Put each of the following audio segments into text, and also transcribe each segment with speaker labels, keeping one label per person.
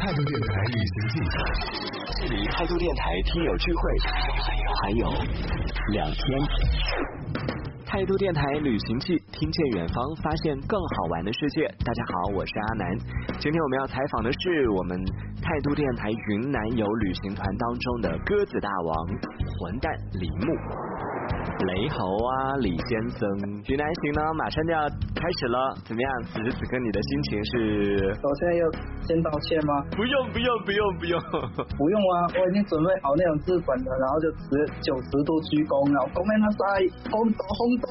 Speaker 1: 态度电台旅行记，
Speaker 2: 这里态度电台听友聚会，还有两天。态度电台旅行记，听见远方，发现更好玩的世界。大家好，我是阿南。今天我们要采访的是我们态度电台云南游旅行团当中的鸽子大王混蛋李牧。雷猴啊，李先生，云南行呢，马上就要开始了，怎么样？此时此刻你的心情是？
Speaker 3: 我现在要先道歉吗？
Speaker 2: 不用，不用，不用，不用，
Speaker 3: 不用啊！我已经准备好那种日本的，然后就直九十度鞠躬了，后面那塞轰咚轰咚，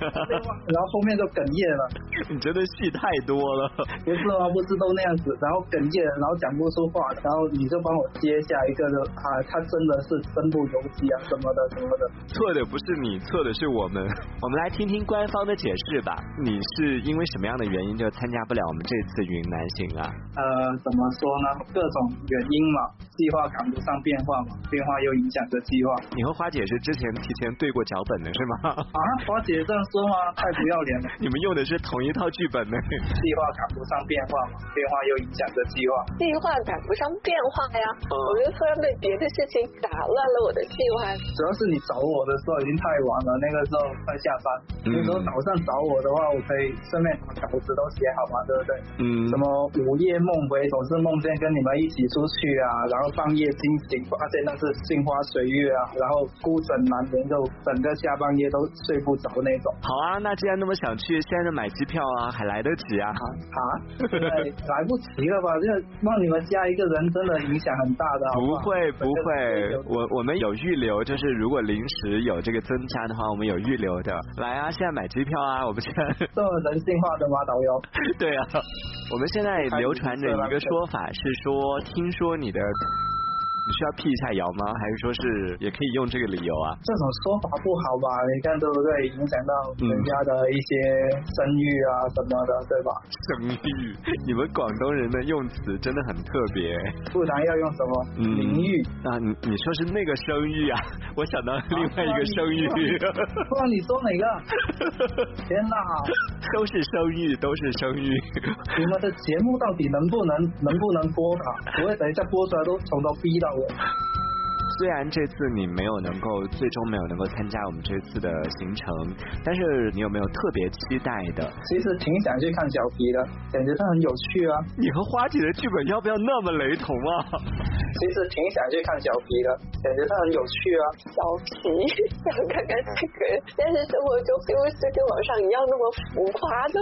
Speaker 3: 然后后面就哽咽了。
Speaker 2: 你真的戏太多了，
Speaker 3: 不是啊吗？不是都那样子，然后哽咽，然后讲不出话，然后你就帮我接下一个啊，他真的是身不由己啊，什么的什么的。
Speaker 2: 错的不是你。你错的是我 们，我们来听听官方的解释吧。你是因为什么样的原因就参加不了我们这次云南行啊？
Speaker 3: 呃，怎么说呢？各种原因嘛，计划赶不上变化嘛，变化又影响着计划。
Speaker 2: 你和花姐是之前提前对过脚本的是吗？
Speaker 3: 啊，花姐这样说吗？太不要脸了！
Speaker 2: 你们用的是同一套剧本呢。
Speaker 3: 计划赶不上变化嘛，变化又影响着计划。
Speaker 4: 计划赶不上变化呀！嗯、我就突然被别的事情打乱了我的计划。
Speaker 3: 主要是你找我的时候已经太。晚了，那个时候快下班，
Speaker 2: 嗯
Speaker 3: 那时候早上找我的话，我可以顺便把稿子都写好嘛，对不对？嗯。什么午夜梦回，总是梦见跟你们一起出去啊，然后半夜惊醒，发现那是镜花水月啊，然后孤枕难眠，就整个下半夜都睡不着那种。
Speaker 2: 好啊，那既然那么想去，现在买机票啊，还来得及啊？
Speaker 3: 啊啊，对，来不及了吧？这让你们加一个人真的影响很大的好
Speaker 2: 不好。不会不会，我我们有预留，就是如果临时有这个增。家的话，我们有预留的。来啊，现在买机票啊！我们现在
Speaker 3: 这么人性化的吗，导游？
Speaker 2: 对啊，我们现在流传着一个说法是说，听说你的你需要辟一下谣吗？还是说是也可以用这个理由啊？
Speaker 3: 这种说法不好吧？你看对不对？影响到人家的一些声誉啊什么的，对吧？
Speaker 2: 声誉，你们广东人的用词真的很特别。
Speaker 3: 不然要用什么？名誉、
Speaker 2: 嗯、啊？你你说是那个声誉啊？ 我想到另外一个声誉，
Speaker 3: 不知道你说哪个？天哪，
Speaker 2: 都是声誉，都是声誉。
Speaker 3: 你们的节目到底能不能能不能播啊？不会等一下播出来都从头逼到尾。
Speaker 2: 虽然这次你没有能够最终没有能够参加我们这次的行程，但是你有没有特别期待的？
Speaker 3: 其实挺想去看小皮的，感觉他很有趣啊。
Speaker 2: 你和花姐的剧本要不要那么雷同啊？
Speaker 3: 其实挺想去看小皮的，感觉他很有趣啊。
Speaker 4: 小皮 想看看这个人，但是生活中又是跟网上一样那么浮夸的。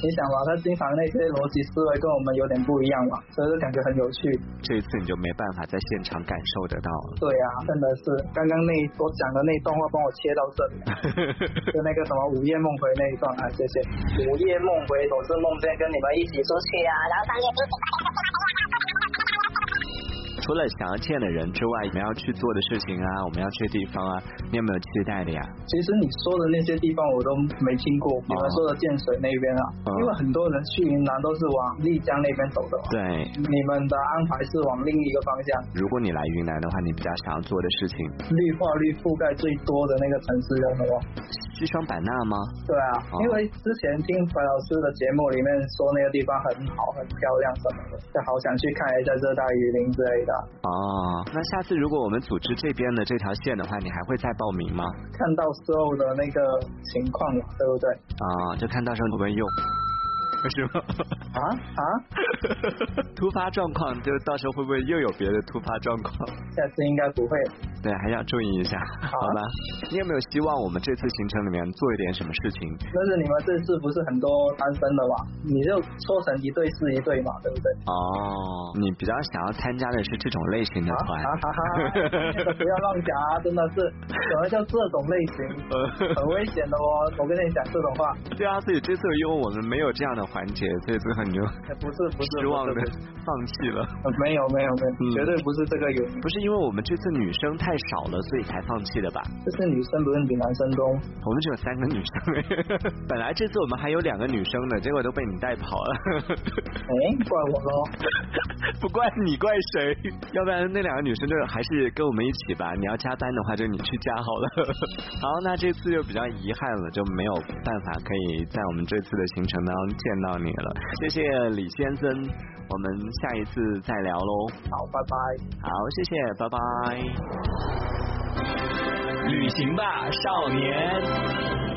Speaker 3: 你想吧，他经常那些逻辑思维跟我们有点不一样嘛，所以就感觉很有趣。
Speaker 2: 这一次你就没办法在现场感受得到了。
Speaker 3: 对。对呀、啊，真的是刚刚那我讲的那一段话，帮我切到这里，就那个什么午夜梦回那一段啊，谢谢。午夜梦回总是梦见跟你们一起出去啊，然后半夜。
Speaker 2: 除了想要见的人之外，你们要去做的事情啊，我们要去的地方啊，你有没有期待的呀？
Speaker 3: 其实你说的那些地方我都没听过，哦、你们说的建水那边啊，哦、因为很多人去云南都是往丽江那边走的、啊。
Speaker 2: 对，
Speaker 3: 你们的安排是往另一个方向。
Speaker 2: 如果你来云南的话，你比较想要做的事情，
Speaker 3: 绿化率覆盖最多的那个城市叫什么？
Speaker 2: 西双版纳吗？
Speaker 3: 对啊，哦、因为之前听白老师的节目里面说那个地方很好、很漂亮什么的，就好想去看一下热带雨林之类的。啊
Speaker 2: 哦，那下次如果我们组织这边的这条线的话，你还会再报名吗？
Speaker 3: 看到时候的那个情况嘛，对不对？
Speaker 2: 啊、哦，就看到时候能不能用。 是吗？
Speaker 3: 啊啊！
Speaker 2: 突发状况，就到时候会不会又有别的突发状况？
Speaker 3: 下次应该不会。
Speaker 2: 对，还要注意一下，好吧？你有没有希望我们这次行程里面做一点什么事情？
Speaker 3: 但是你们这次不是很多单身的嘛，你就搓成一对是一对嘛，对不对？
Speaker 2: 哦，你比较想要参加的是这种类型的团？
Speaker 3: 啊哈哈！ 不要乱讲啊，真的是什么叫这种类型？很危险的哦，我跟你讲这种话。
Speaker 2: 呃 对啊，所以这次因为我们没有这样的。环节，所以最后你就
Speaker 3: 哎不是不是
Speaker 2: 失望的 嗯放弃了？
Speaker 3: 没有没有没有，绝对不是这个原因。
Speaker 2: 不是因为我们这次女生太少了，所以才放弃的吧？
Speaker 3: 这次女生不是比男生多，
Speaker 2: 我们只有三个女生。 本来这次我们还有两个女生呢，结果都被你带跑了。
Speaker 3: 哎，怪我喽！
Speaker 2: 不怪你，怪谁？要不然那两个女生就还是跟我们一起吧。你要加班的话，就你去加好了。 好，那这次就比较遗憾了，就没有办法可以在我们这次的行程当中见到你了。谢谢李先生，我们下一次再聊喽。
Speaker 3: 好，拜拜。
Speaker 2: 好，谢谢，拜拜。旅行吧，少年。